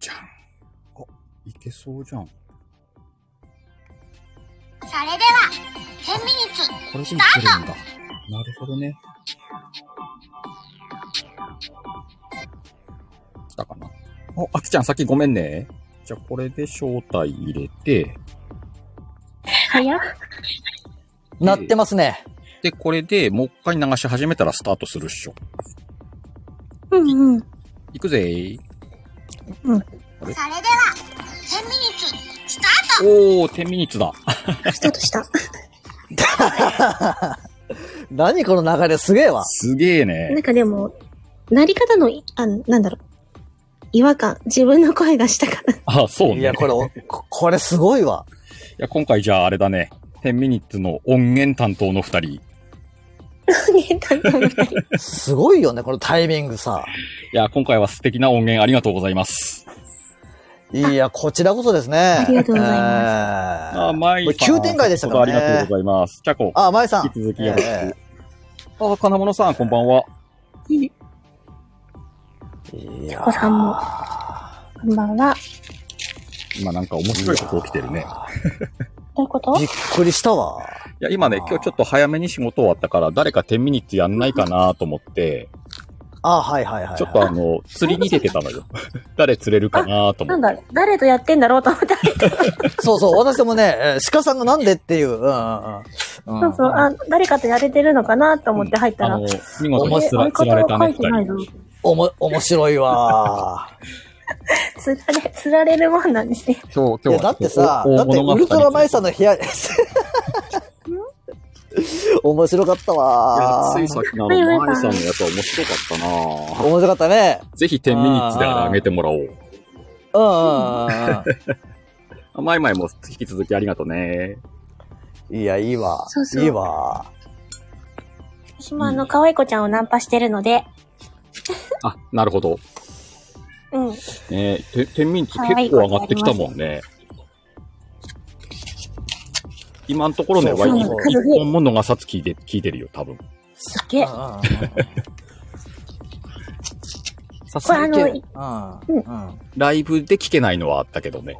じゃん。あ、いけそうじゃん。こそれでは、10ミニッツ、れでいけるんだ。なるほどね。来たかな。お、あきちゃん先ごめんね。じゃあこれで招待入れて、早っ。なってますね。で、これでもう一回流し始めたらスタートするっしょ。うんうん。いくぜー。それでは、10ミニッツ、スタートおー、10ミニッツだ。スタート した。何この流れすげえわ。すげえねなん。かでも、なり方の、あ、なんだろう。違和感。自分の声がした から。あ、そうね。いや、これ、おここれすごいわ。いや、今回じゃああれだね。10ミニッツの音源担当の二人。いね、担当の二人。すごいよね、このタイミングさ。や、今回は素敵な音源ありがとうございます。いや、こちらこそですね。ありがとうございまあ、マイさん。急展開でしたから先ほどありね。がとうございます。チャコ。あ、まいさん。引き続きよろしくえあ、金物さん、こんばんは。えいやお子さんも。こんばんは。今なんか面白いこと起きてるね。どういうことびっくりしたわ。いや、今ね、今日ちょっと早めに仕事終わったから、誰か10ミニッツやんないかなと思って、あ、はいはいはい。ちょっとあの、釣りに出てたのよ。誰釣れるかなと思なんって。だ、誰とやってんだろう と思った。そうそう、私もね、えー鹿さんがなんでっていう。うんうんうん。そうそう、あ、誰かとやれてるのかなと思って入ったあら。の、見事にえ釣ら釣られたね、二てない人。ぞ。 おも、面白いわ。つられ、つられるもんなんですね。そう、い 今や、日だはってさ、だってウルトラマイさんの 部屋、面白かったわ。いや、ついさ面っきのあの、マイさんのやつは面白かったなぁ白かったね。ぜひ10ミニッツであげてもらおう。うんうんうんあマイマイも引き続きありがとね。うん。いや、いいわそう。そういいわ。私もあの、可愛い子ちゃんをナンパしてるので。あ、なるほど。うん。ねえ、て天民地結構上がってきたもんね。今のところね、そうワそうイそうキ一本も逃さず聞いて、聞いてるよ、多分。すげえ。うんこうんうんさすれがあにの、いいうんうんうんライブで聞けないのはあったけどね。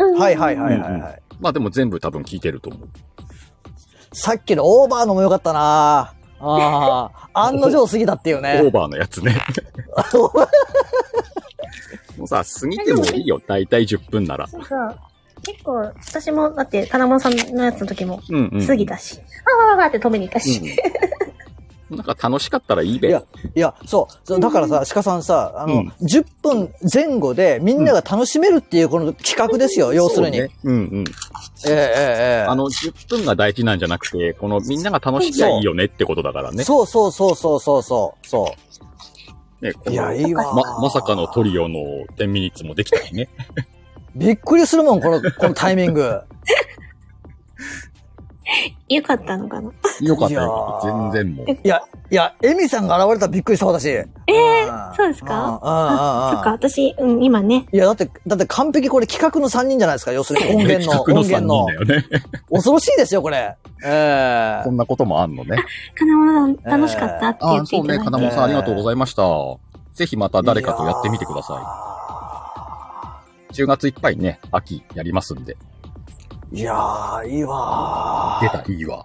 うんはいはいはいはいはい。まあでも全部多分聞いてると思う。さっきのオーバーのもよかったなああ、案の定過ぎたっていうオーね。バーのやつ ね。もうさ、過ぎてもいいよ、大体10分なら。そうそう。結構、私も、だって、金物さんのやつの時も、うんうん。過ぎたし。あわわわって止めに行ったし。うん。なんか楽しかったらいいいべや。、いや、そうそう、だからさ、鹿さんさ、あうのん、 10分前後でみんなが楽しめるっていうこの企画ですよ、要するに。そうえね。うんうん。えええあの、10分が大事なんじゃなくて、このみんなが楽しきゃいいよねってことだからえ。ね。そうそうそうそうそうそう。そね、こう。いや、のいいわ。ま、まさかのトリオの10ミニッツもできたり ね。びっくりするもん、この、このタイミング。よかったのかな。よかったいやよ。ー全然もう。いや、いや、エミさんが現れたらびっくりした私。ええそうですかうんうんうん。そっか、私、うん、今ね。いや、だって、だって完璧これ企画の3人じゃないですか、要するに音源の。企画の音3源人だよね。恐ろしいですよ、これ。ええこんなこともあんのね。金物さん、楽しかったって言あっあ、てそいうただね。いて。金本さんありがとうございました。ぜひまた誰かとやってみてください。10月いっぱいね、秋やりますんで。い。いやー、いいわ出た、いいわ。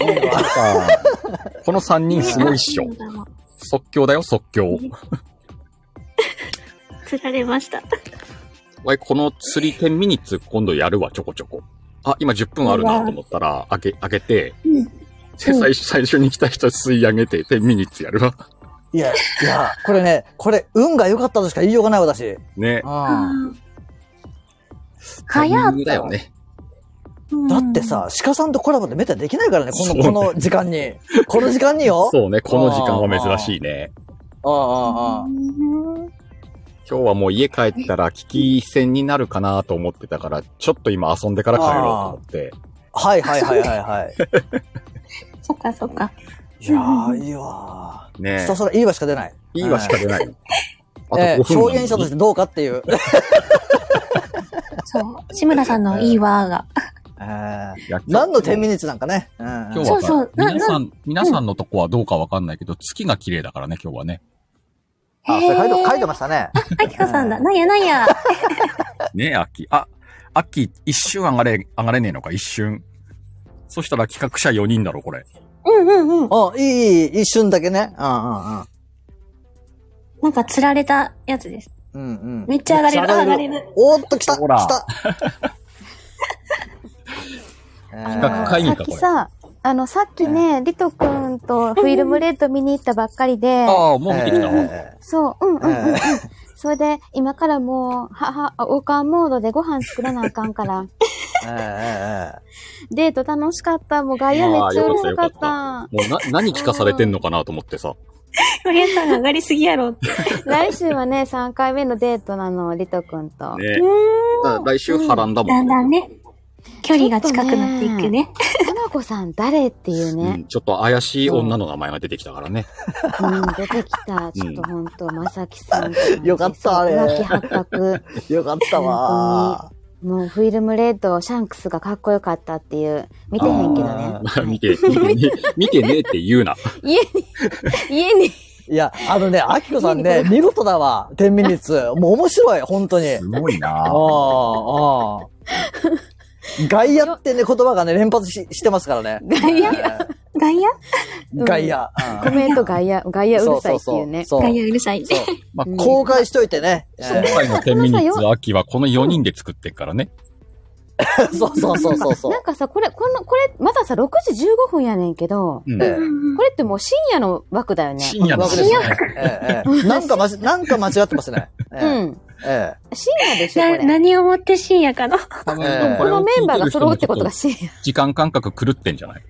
いい わこの3人すごいっしょ。即興だよ、即興。釣られました。わい、この釣り10ミニッツ今度やるわ、ちょこちょこ。あ、今10分あるなと思ったら、開け、開けて、うんで最初、最初に来た人吸い上げて10ミニッツやるわ。ー。いや、いや、これね、これ、運が良かったとしか言いようがない、私。 ねう。ん。あー早タイっミングだよね。だって、さ、鹿さんとコラボってめったにできないからね、この、この時間に。この時間によ。そうね、この時間は珍しいね。ああ、ああ、うん今日はもう家帰ったら危機戦になるかなと思ってたから、ちょっと今遊んでから帰ろうと思って。はいはいはいはいはい。そっかそっか。いやー、いいわー。ねひたすらいいわしか出ない。いいわしか出ない。あとえ5分なー、の表に現者としてどうかっていう。そう。志村さんのいいわーが。えーいや今日何の10ミニッツなんかね。うんう今ん日はさそうそうな皆さん、皆さんのとこはどうかわかんないけど、月が綺麗だからね、今日はね。あ、それ書いて書いてましたね。あきこさんだ。なんやなんや。ね、秋。あ、秋、一瞬上がれ、上がれねえのか、一瞬。そしたら企画者4人だろ、これ。うんうんうん。うん、いい、いい一瞬だけね。うんうんうん。なんか釣られたやつです。うんうん。めっちゃ上がれる上がれる。おーっと、来たほら来た え企画会議ーさっか、きこれ。あさ、あの、さっきね、リト君とフィルムレッド見に行ったばっかりで、あ、もう見てきた。えそう、うんうんうんうんえ。それで、今からもう、は、は、あオーカーモードでご飯作らなあかんから、 ーえーえデート楽しかった。もう外野めっちゃうるさかった。もうな、何聞かされてんのかなと思ってさ。フリエさんが上がりすぎやろって。来週はね、3回目のデートなの、リト君と。ねだから来週波乱だもだんんね。だんね、距離が近くなっていくね。かなこさん誰っていううね。ん、ちょっと怪しい女の名前が出てきたからね。うん、出てきた。ちょっとほんと、まさきさんて感じ。よかったあれ亡き八角。ーよかったわー。もう、フィルムレッド、シャンクスがかっこよかったっていう。見てへんけどね。見て、見てね、見てねって言うな。家に、家に。いや、あのね、あきこさんね、見事だわ。10ミニッツ。もう面白い、本当に。すごいあなあ、ああ。外野ってね、言葉がね、連発ししてますからね。外野外野うん外野。コメント外野、外野うるさいっていうね。そう外野うるさい。そう。まあ、うん公開しといてね。え今回の10ミニッツ秋はこの4人で作ってっからね。ーそうそうそうそうそなんかさ、これ、この、これ、まださ、6時15分やねんけど、うう。んえ。えこれってもう深夜の枠だよね。深夜の枠ですね。ええええなんかまじ、なんか間違ってますね。ええうん。え深夜でしょ、こなれ。何をもって深夜かの多分ええこのメンバーが揃うってことが深夜。時間感覚狂ってんじゃない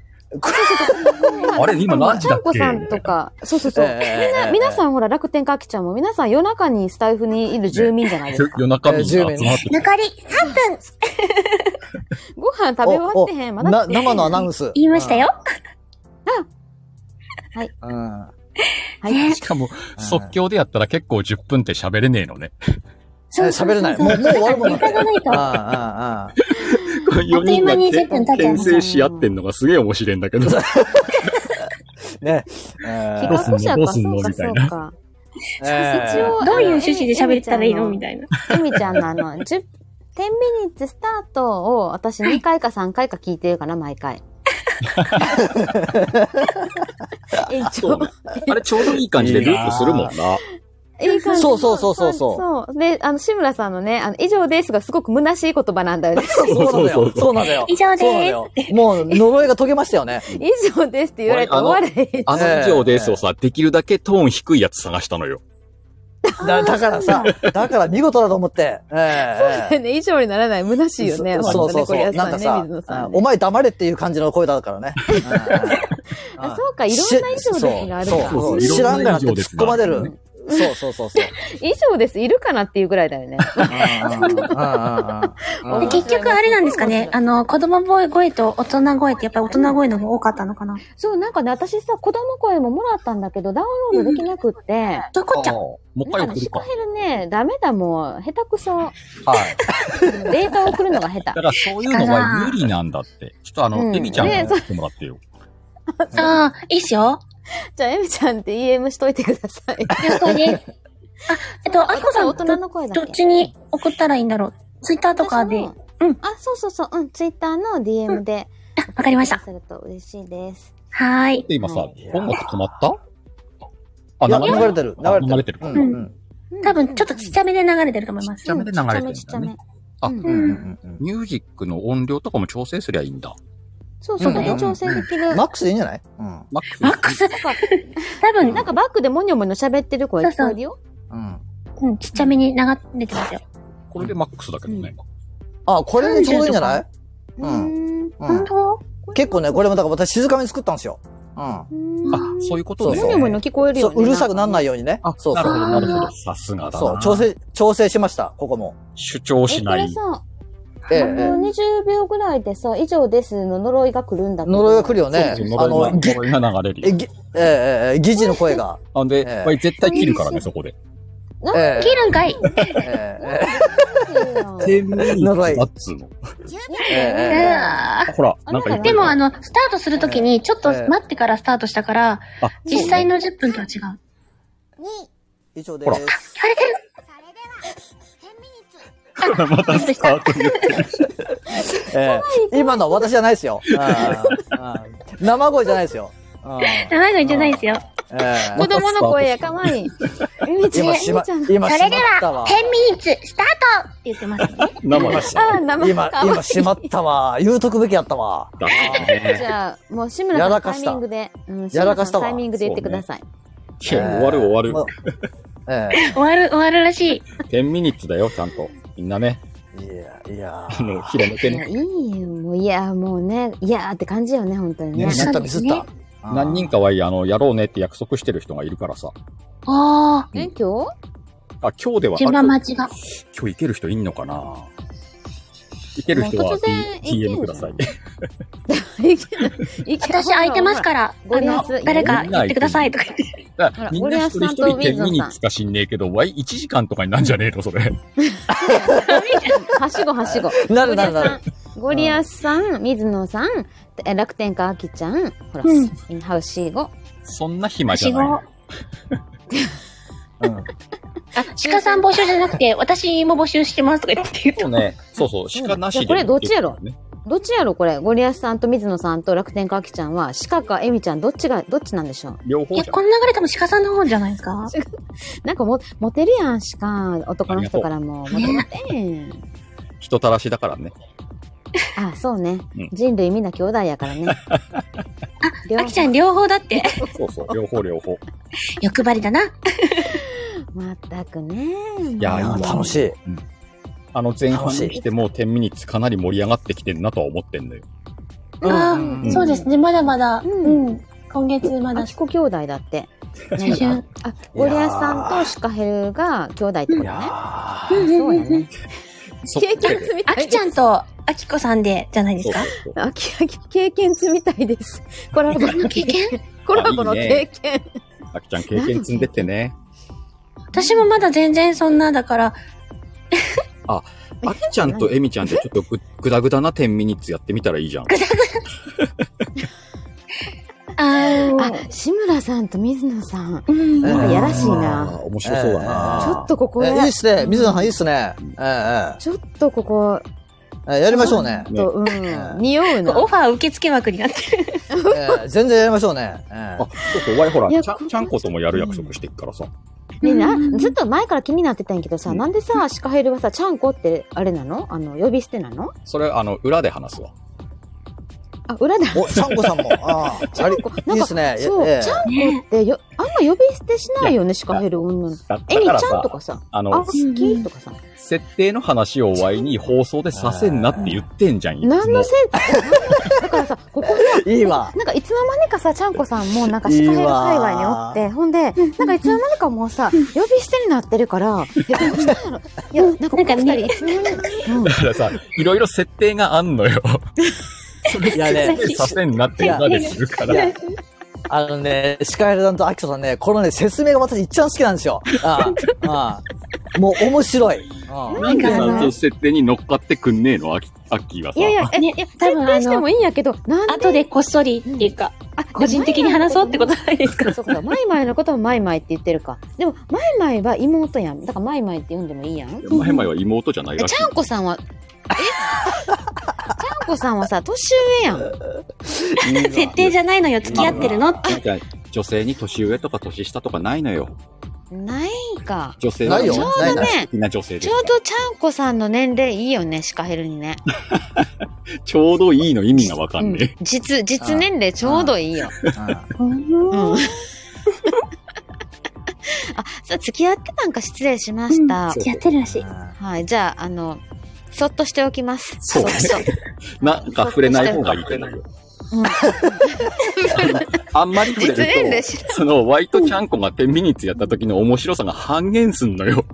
あれ今何時ちだゃっんけこさんとか、そうそうえそう。ええ。皆さん、んほら、楽天かあきちゃんも、皆さん夜中にスタイフにいる住民じゃない ですか。夜中に集まってきて残り3分。ご飯食べ終わってへん。まだな、生のアナウンス。言いましたよ。うん。うん。はい。ねしかも、即興でやったら結構10分って喋れねえのね。え喋れない。もう、もう終わるもん時間だって。がないと。ああ、 4人あっという間にだ10分経けっちゃい牽ました制し合ってんのがすげえ面白いんだけど。ね。どう企すんの画者どうか、すんそのうみか、たそいうなか。え応どういう趣旨で喋ったらいいのみたいな。えみちゃんのあの、10、10ミニッツスタートを私2回か3回か聞いてるかな、毎回。延そう長ね。あれちょうどいい感じでループするもんな。いい感じそうそうそうそうそうそう。で、あの、志村さんのね、あの、以上ですがすごく虚しい言葉なんだよ ね。そうなんだよ。そうなんだよ。以上ですそうなんだよもう、呪いが解けましたよ ね。以上ですって言われて終われへん。あの以上ですをさ、できるだけトーン低いやつ探したのよ。だだからさ、だから見事だと思って。ええええ ね、以上にならない虚しいよね。そうそうそう。本当ねなんかさこれ安さんね、水野、さんおね。前黙れっていう感じの声だからね。うんあそうか、いろんな以上ですがあるかそうら。そうい知ろらんんなが以な上っでて突っすが込まれる。そうそうそうそう。以上です、いるかなっていうぐらいだよね。うんうんうんうんうんで結局あれなんですかね。あの、子供声と大人声ってやっぱり大人声の方が多かったのかな。 そう、なんかね、私さ、子供声ももらったんだけど、ダウンロードできなくって。どういうこっちゃ。もう一な回ん送かね、るシかカ。ヘルね、ダメだもん。下手くそ。はい。データを送るのが下手だ。からそういうのは無理なんだって。ちょっとあうの、んエミちゃんにね送ってもらってよ。ああ、いいっすよ。じゃあ、エミちゃんって EM しといてください。了解です。あ、えっと、あきこさん、大ど人の声だどけっちに送ったらいいんだろう。ツイッターとかで。私わのあ、そうそうそう。うん、ツイッターの DM で。かりました。すると嬉しいです。はーい。で、今さは、音楽止まったあ、いや流流れれててる。る。あ流流れれててるる。うか。んうん多分、ちょっとちっちゃめで流れてると思いまちっす。ちゃめで流れてるんちっちだゃめねちっ。ちあゃめ。ううんんミュージックの音量とかも調整すりゃいいんだ。そう、そこで調整できる。マックスでいいんじゃないうん。マックス。マックス多分、なんかバックでモニョモニョ喋ってる声聞こえるよ。うん。うん、ちっちゃめに流れてますよ。これでマックスだけどね。あ、これでちょうどいいんじゃないうんん。う本ん。当結構ね、これもだから私静かめに作ったんですよ。うん。あ、そういうことね。そモニョモニョ聞こえるそようね。。うるさくなんないいようにね。あ、そうなそるほど、う。なるほど。さすがだな。そう、調整、調整しました、ここも。主張え、しこなれい。さ、ええあの、20秒ぐらいでさ、以上ですの呪いが来るんだけど呪いが来るよね。呪あいの、がぎ呪いが流れるえ、よ。ぎ、ええええ議事の声が。あんえで、えこれ絶対切るからね、そこで。ええ切るんかいええ来るよ天然呪いだっつうの。えええうほら、なんか言ってでるも、あの、スタートするときに、ちょっとええ待ってからスタートしたから、あ、実際の10分とは違う。 2、以上です。言われてるそれでは、10ミニッツ、またスタート言ってる。ええ今のは私じゃないですよ。うんうん生声じゃないですよ。うん長いのじゃないですよ。ええ子供の声やかかまわいい。みち今えしま、今そしまれでったはわ、。 10ミニッツ、スタートって言ってますね。生でした。あ、生今、かわい今しまったわ。言うとくべきやったわ。だったい。じね。ゃあ、もう、志村さやんのらかタしイミたングで、うん、やらかした志村さんのわタイミングで言ってください。終わる終わもる。。うえ 終わる、終わるらしい。 10ミニッツだよ、ちゃんと。みんなね、えいや、いや。あの、広めていや、ね。いいよ。もう、いや、もうね、いやーって感じよね、本当にね。ミスった、ミスった。何人かは、あの、やろうねって約束してる人がいるからさ。あえ、今あ、今日であ、はあ順る番待ちが。今日いける人いんのかないける人もうは突然 D- いけ DM んくじだゃんさい。日いけないいけない私空いてます から、ほあらのほら、誰か言ってくださいとか言って。だかほららみんな一人一人ゴリアスさん10とウィミンゾーニさんッツかしんねえけど、わい1時間とかになんじゃねえのそ れ。はしごはしご。なるなるなる。ゴリアスさん、水野さん、え楽天家あきちゃん、ほら、うんインハウシーゴ。そんな暇じゃない。うんあ、鹿さん募集じゃなくて、私も募集してますとか言って言うそうね。そうそう。鹿なしで。これどっちやろねどっちやろこれ。ゴリアスさんと水野さんと楽天家あきちゃんは、鹿かエミちゃん、どっちが、どっちなんでしょう両方いじゃや、んこの流れ多分鹿さんの方じゃないですかなんかも、モテるやん、鹿。男の人からも。モテモテん。人たらしだからね。あ、そうねうん。人類みんな兄弟やからね。あ、あきちゃん両方だって。そうそう。両方両方。欲張りだな。まったくね。いやいいやいわ楽しい。あの前半楽しいに来てもう10ミニッツかなり盛り上がってきてんなとは思ってんのよ。あうんあ、そうですね。まだまだ、うんうん。今月まあだきこ兄弟だって。初春。あ、ゴリアスさんとシカヘルが兄弟ってこといね。やあーそうやね。そ経験積みたあいです。きちゃんとあきこさんでじゃないですそうかそうそうあきあき経験積みたいです。コラボの経験コラボの経験。あきちゃん経験積んでってね。私もまだ全然そんなだから、あきちゃんとえみちゃんでちょっとぐぐだぐだな10ミニッツやってみたらいいじゃん。あああ、、志村さんと水野さん。うん。なんかやらしいあな。ー面白そうだえな。ーちょっとここえいいっや、すね。水野さんいいっすね。ええちょっとここ、ええやりましょう ねち。ょっと、うん。匂うな。オファー受付枠になってる。ええ全然やりましょうね。ええあ、そうそう、わいほら、いやちゃんちゃんこともやる約束してっからさ。ねなうん、ずっと前から気になってたんやけどさ、うんなんでさ、シカヘルはさ、ちゃんこってあれなのあの、呼び捨てなのそれ、あの、裏で話すわ。あ、裏で。お、サンコさんも。ああ、あれ、ないんいかっすね。そう、ええちゃんこってよ、あんま呼び捨てしないよね、シカヘル女の子。だえみだちかゃらさんと、かさ、ああ、の好、きとかさ。設定の話をわいに放送でさせんなって言ってんじゃん。いつも何のせい、だからさ、ここさ、いい わ。なんかいつの間にかさ、ちゃんこさんもなんかシカヘル界隈におって、ほんで、なんかいつの間にかもうさ、呼び捨てになってるから、え、どうしたのいや、なんかこの二人いつの間にか、うんだからさ、いろいろ設定があんのよ。いやね、でさせんなって裏でするかいやら。、あのね、シカエルさんとアキコさんね、このね、説明が私一番好きなんですよ。ああ、ああもう面白い。あなんでさ、そう設定に乗っかってくんねえのアキアッキーはさ。いやいや、え、いねや、多分設定してもいいんやけど、なん で後でこっそりっていうか、あ個人的に話そうってことないですかそうか、マイマイのことをマイマイって言ってるか。でも、マイマイは妹やん。だからマイマイって呼んでもいいやん。え前々は妹じゃないらしいち。ゃんこさんは、えち ゃんこさんはさ、年上やん。設定じゃないのよ、付き合ってるのって。なんか女性に年上とか年下とかないのよ。ないか。女性はないよちょうないどなね好、きな女性でちょうどちゃんこさんの年齢いいよね、シカヘルにね。ちょうどいいの意味がわかうんんね実、実年齢ちょうどいいよ。あ うん。あ、そう、付き合ってなんか失礼しました。付き合ってるらしい。あはい、じゃあ、あの、そっとしておきます。そうねそっとえ。なんか触れない方がいいと思うよ。うんあんまり触実年れ齢る知らと、その、ワイトちゃんこが10ミニッツやった時の面白さが半減すんのよ。ん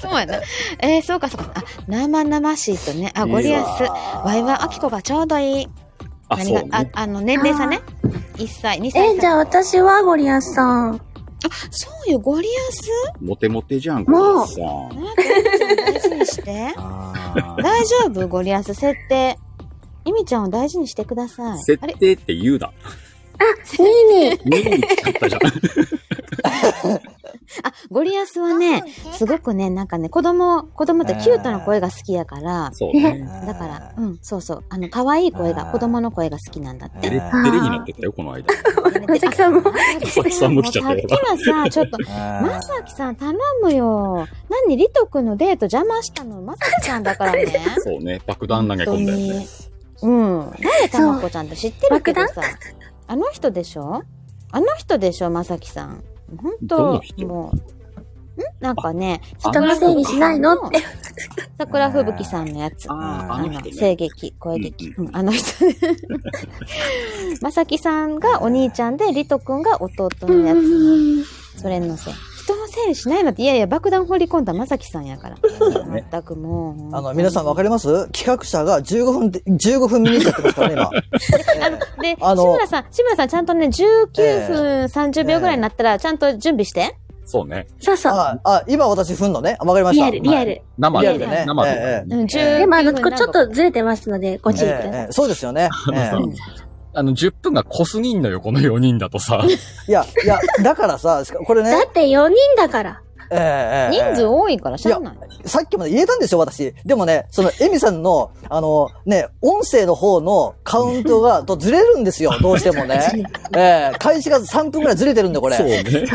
そうやな。えー、そうかそうか。あ、生々しいとね。あ、いいゴわリアス。ワイはアキコがちょうどいい。あ、何そがうあね。、あの、年齢差ね。1歳、2歳。え、じゃあ私はゴリアスさん。そうよ、ゴリアスモテモテじゃん、これさ。なんかエミちゃん大事にして。あ大丈夫ゴリアス、設定。イミちゃんを大事にしてください。あれ設定って言うな。いいね。ミニッツだったじゃん。あ、ゴリアスはね、すごくね、なんかね、子供、子供ってキュートな声が好きやから、そうね。だから、うん、そうそう。あの、可愛い声が、子供の声が好きなんだって。デレ、デレになってたよ、この間。まさきさ んも。さきさんも来ちゃったよさっきはさ、ちょ っと、ままさきさん頼むよ。何、リト君のデート邪魔したの、まさきさんだからね。そうね。爆弾投げ込んだよね。うん。なんでたまこちゃんって知ってるけどさ。あの人でしょあの人でしょ、まさきさん。本どの当人もう。んなんかね、あ人のせいにしないのって。桜吹雪さんのやつ。あーああのの人、ね声劇、声劇。うん、あの人ね。 まさきさんがお兄ちゃんで、りとくんが弟のやつ。それのせい。人のせいにしないのって、いやいや、爆弾放り込んだまさきさんや から。ね全くもう。あの、皆さんわかります企画者が15分で、15分ミニしちゃってますからね、今。で、あの志村さん、志村さんちゃんとね、19分30秒ぐらいになったら、ちゃんと準備して。そうね。そうそう。あ、あ、今私踏んのね。あわかりましリた。アル、リアル。ル。生リアでルでね。ね生えでえ。うん、え10でも、あの、分これちょっとずれてますので、ご注意くだええさい。ええそうですよね。ええあのさあの、10分が濃すぎんのよ、この4人だと さ。いや、いや、だからさ、しかこれだね、って4人だから。ええええ人数多いからしゃあない。さっきまで言えたんですよ、私。でもね、その、エミさんの、あの、ね、音声の方のカウントが、とずれるんですよ、どうしてもね。ええ開始が3分くらいずれてるんで、これ。そうええね。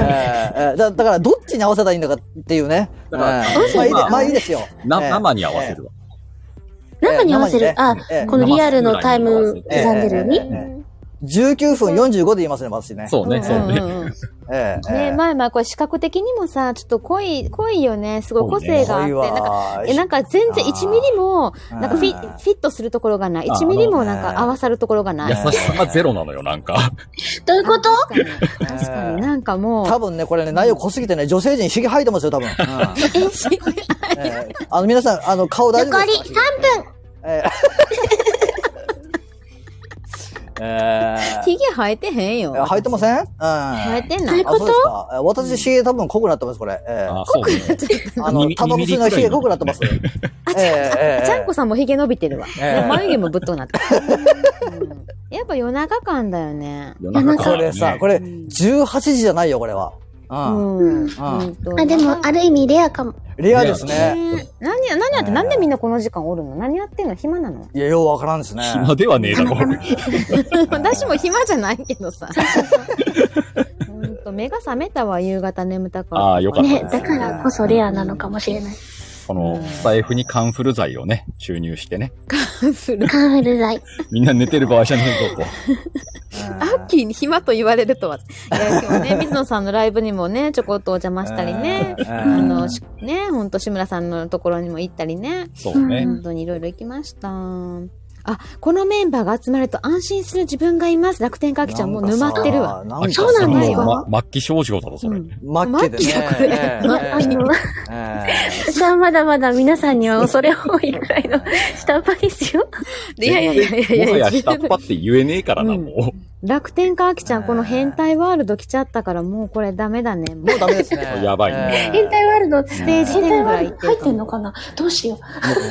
ええだだから、どっちに合わせたらいいのかっていうね。だからええまあいいでまあまあいいですよ。な、ええ生に合わせるわ。中に合わせええる。あ、ええこのリアルのタイム刻んでるようえええええに。 19分45で言いますね、私ね。そうね、そうね。んうんええ。えねえ前々これ視覚的にもさ、ちょっと濃い、濃いよね。すごい個性があって、濃いなんか、わえ、なんか全然あー1ミリも、うんなんかフィフィットするところがない。あー1ミリもなんねか合わさるところがない。優しさがゼロなのよ、なんか。どういうこと確かに。確かになんかもう、多分ね、これね、内容濃すぎてね、女性陣ひげ生えてますよ、多分。うんええあの、皆さん、あの、顔大丈夫残でりすか3分。え ええヒゲ生えてへんよ。え生えてませんうん。生生えてどなうい。いうあ、ことそうですか。え私、髭多分濃くなってます、これ。ええあ、そうね。あのに、タバコ吸いの髭濃くなってます。あ、ち あちゃんこささんもヒゲ伸びてるわ。ええ眉毛もぶっとうなった。うんやっぱ夜中感だよね。夜中これさ、これ、18時じゃないよ、これは。ううん。ん。ああ、でも、ある意味レアかも。レアですね。ね何や、何やって、なんでみんなこの時間おるの何やってんの暇なのいや、ようわからんですね。暇ではねえだろ。私も暇じゃないけどさ。ほんと、目が覚めたわ、夕方眠たから。ああ、よかったね、ですだからこそレアなのかもしれ ない。この、スタイフにカンフル剤をね、注入してね。する。カンフル剤。みんな寝てる場合じゃないぞと。アッキーに暇と言われるとは。いや、今日ね、水野さんのライブにもね、ちょこっとお邪魔したりね。うんあの、しね、ほんと、志村さんのところにも行ったりね。そうね。本当にいろいろ行きました。あ、このメンバーが集まると安心する自分がいます。楽天かきちゃんもう沼ってるわ。なんかさ。そうなんですかもうま末期症状だぞ、それ。うんマッケでね。マッケだこれええまあええの、え私はまだまだ皆さんには恐れ多いくらいの下っ端ですよ。いやいやいやいやもはいやや、下っ端って言えねえからな、も楽天かあきちゃん、この変態ワールド来ちゃったから、もうこれダメだね。もえもうダメですね。 やばいねええ変態ワールド、ステージ変態10ぐワらールい行っドて入っるかもてんのかなどうしよ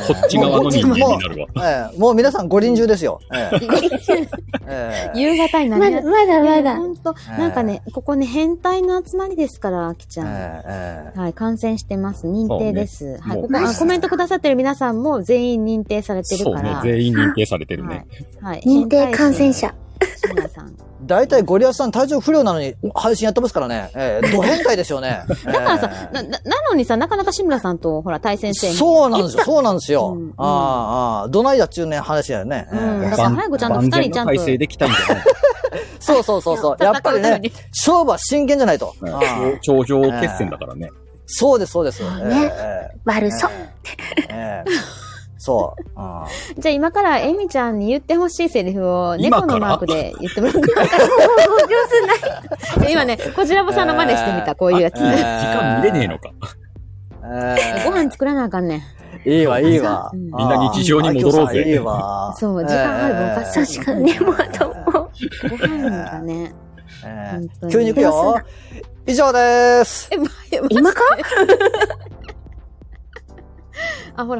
う。う。こっち側の人間になるわ。ええもう皆さん五輪中ですよ。え えええ夕方になまりだ、なまだまだ。本当えなんかね、ここね、変態の集まりですから、あきちえゃん。ええはい、感染してます。認定です。はい、もうここあコメントくださってる皆さんも全員認定されてるそうかねら。、全員認定されてるね。はい。はい認定感染。者。志村さん。え大体ゴリアスさん体調不良なのに配信やってますからね。ええド変態ですよね。だだからさ、な、な、なのにさ、なかなか志村さんと、ほら、対戦してう。そうなん ですよ、そうなんですよ。うんああ、ああ、どないだっちゅうね話だよね。ええうん。だから、早くちゃんと二人ちゃん体制と。できたんじゃ ないそうそうそうそう。やっぱり戦うためねに、勝負は真剣じゃないと。ああ頂上決戦だからね。そうです、そうです。ええ悪そう。ええええそう。ああじゃあ今から、エミちゃんに言ってほしいセリフを、今か猫らのマークで言っ てもらって。今ね、こちらもさんの真似してみた、こういうやつ。時間見れねえのか。えご飯作らなあかんねん。えいいわ、いいわ。うんみんな日常に戻ろうぜああいいわ。そう時間配分おかしい確かに、ね、もうあと、もう。ご飯がね。ええ本当に急に行くよ。以上です。 え、ま、今か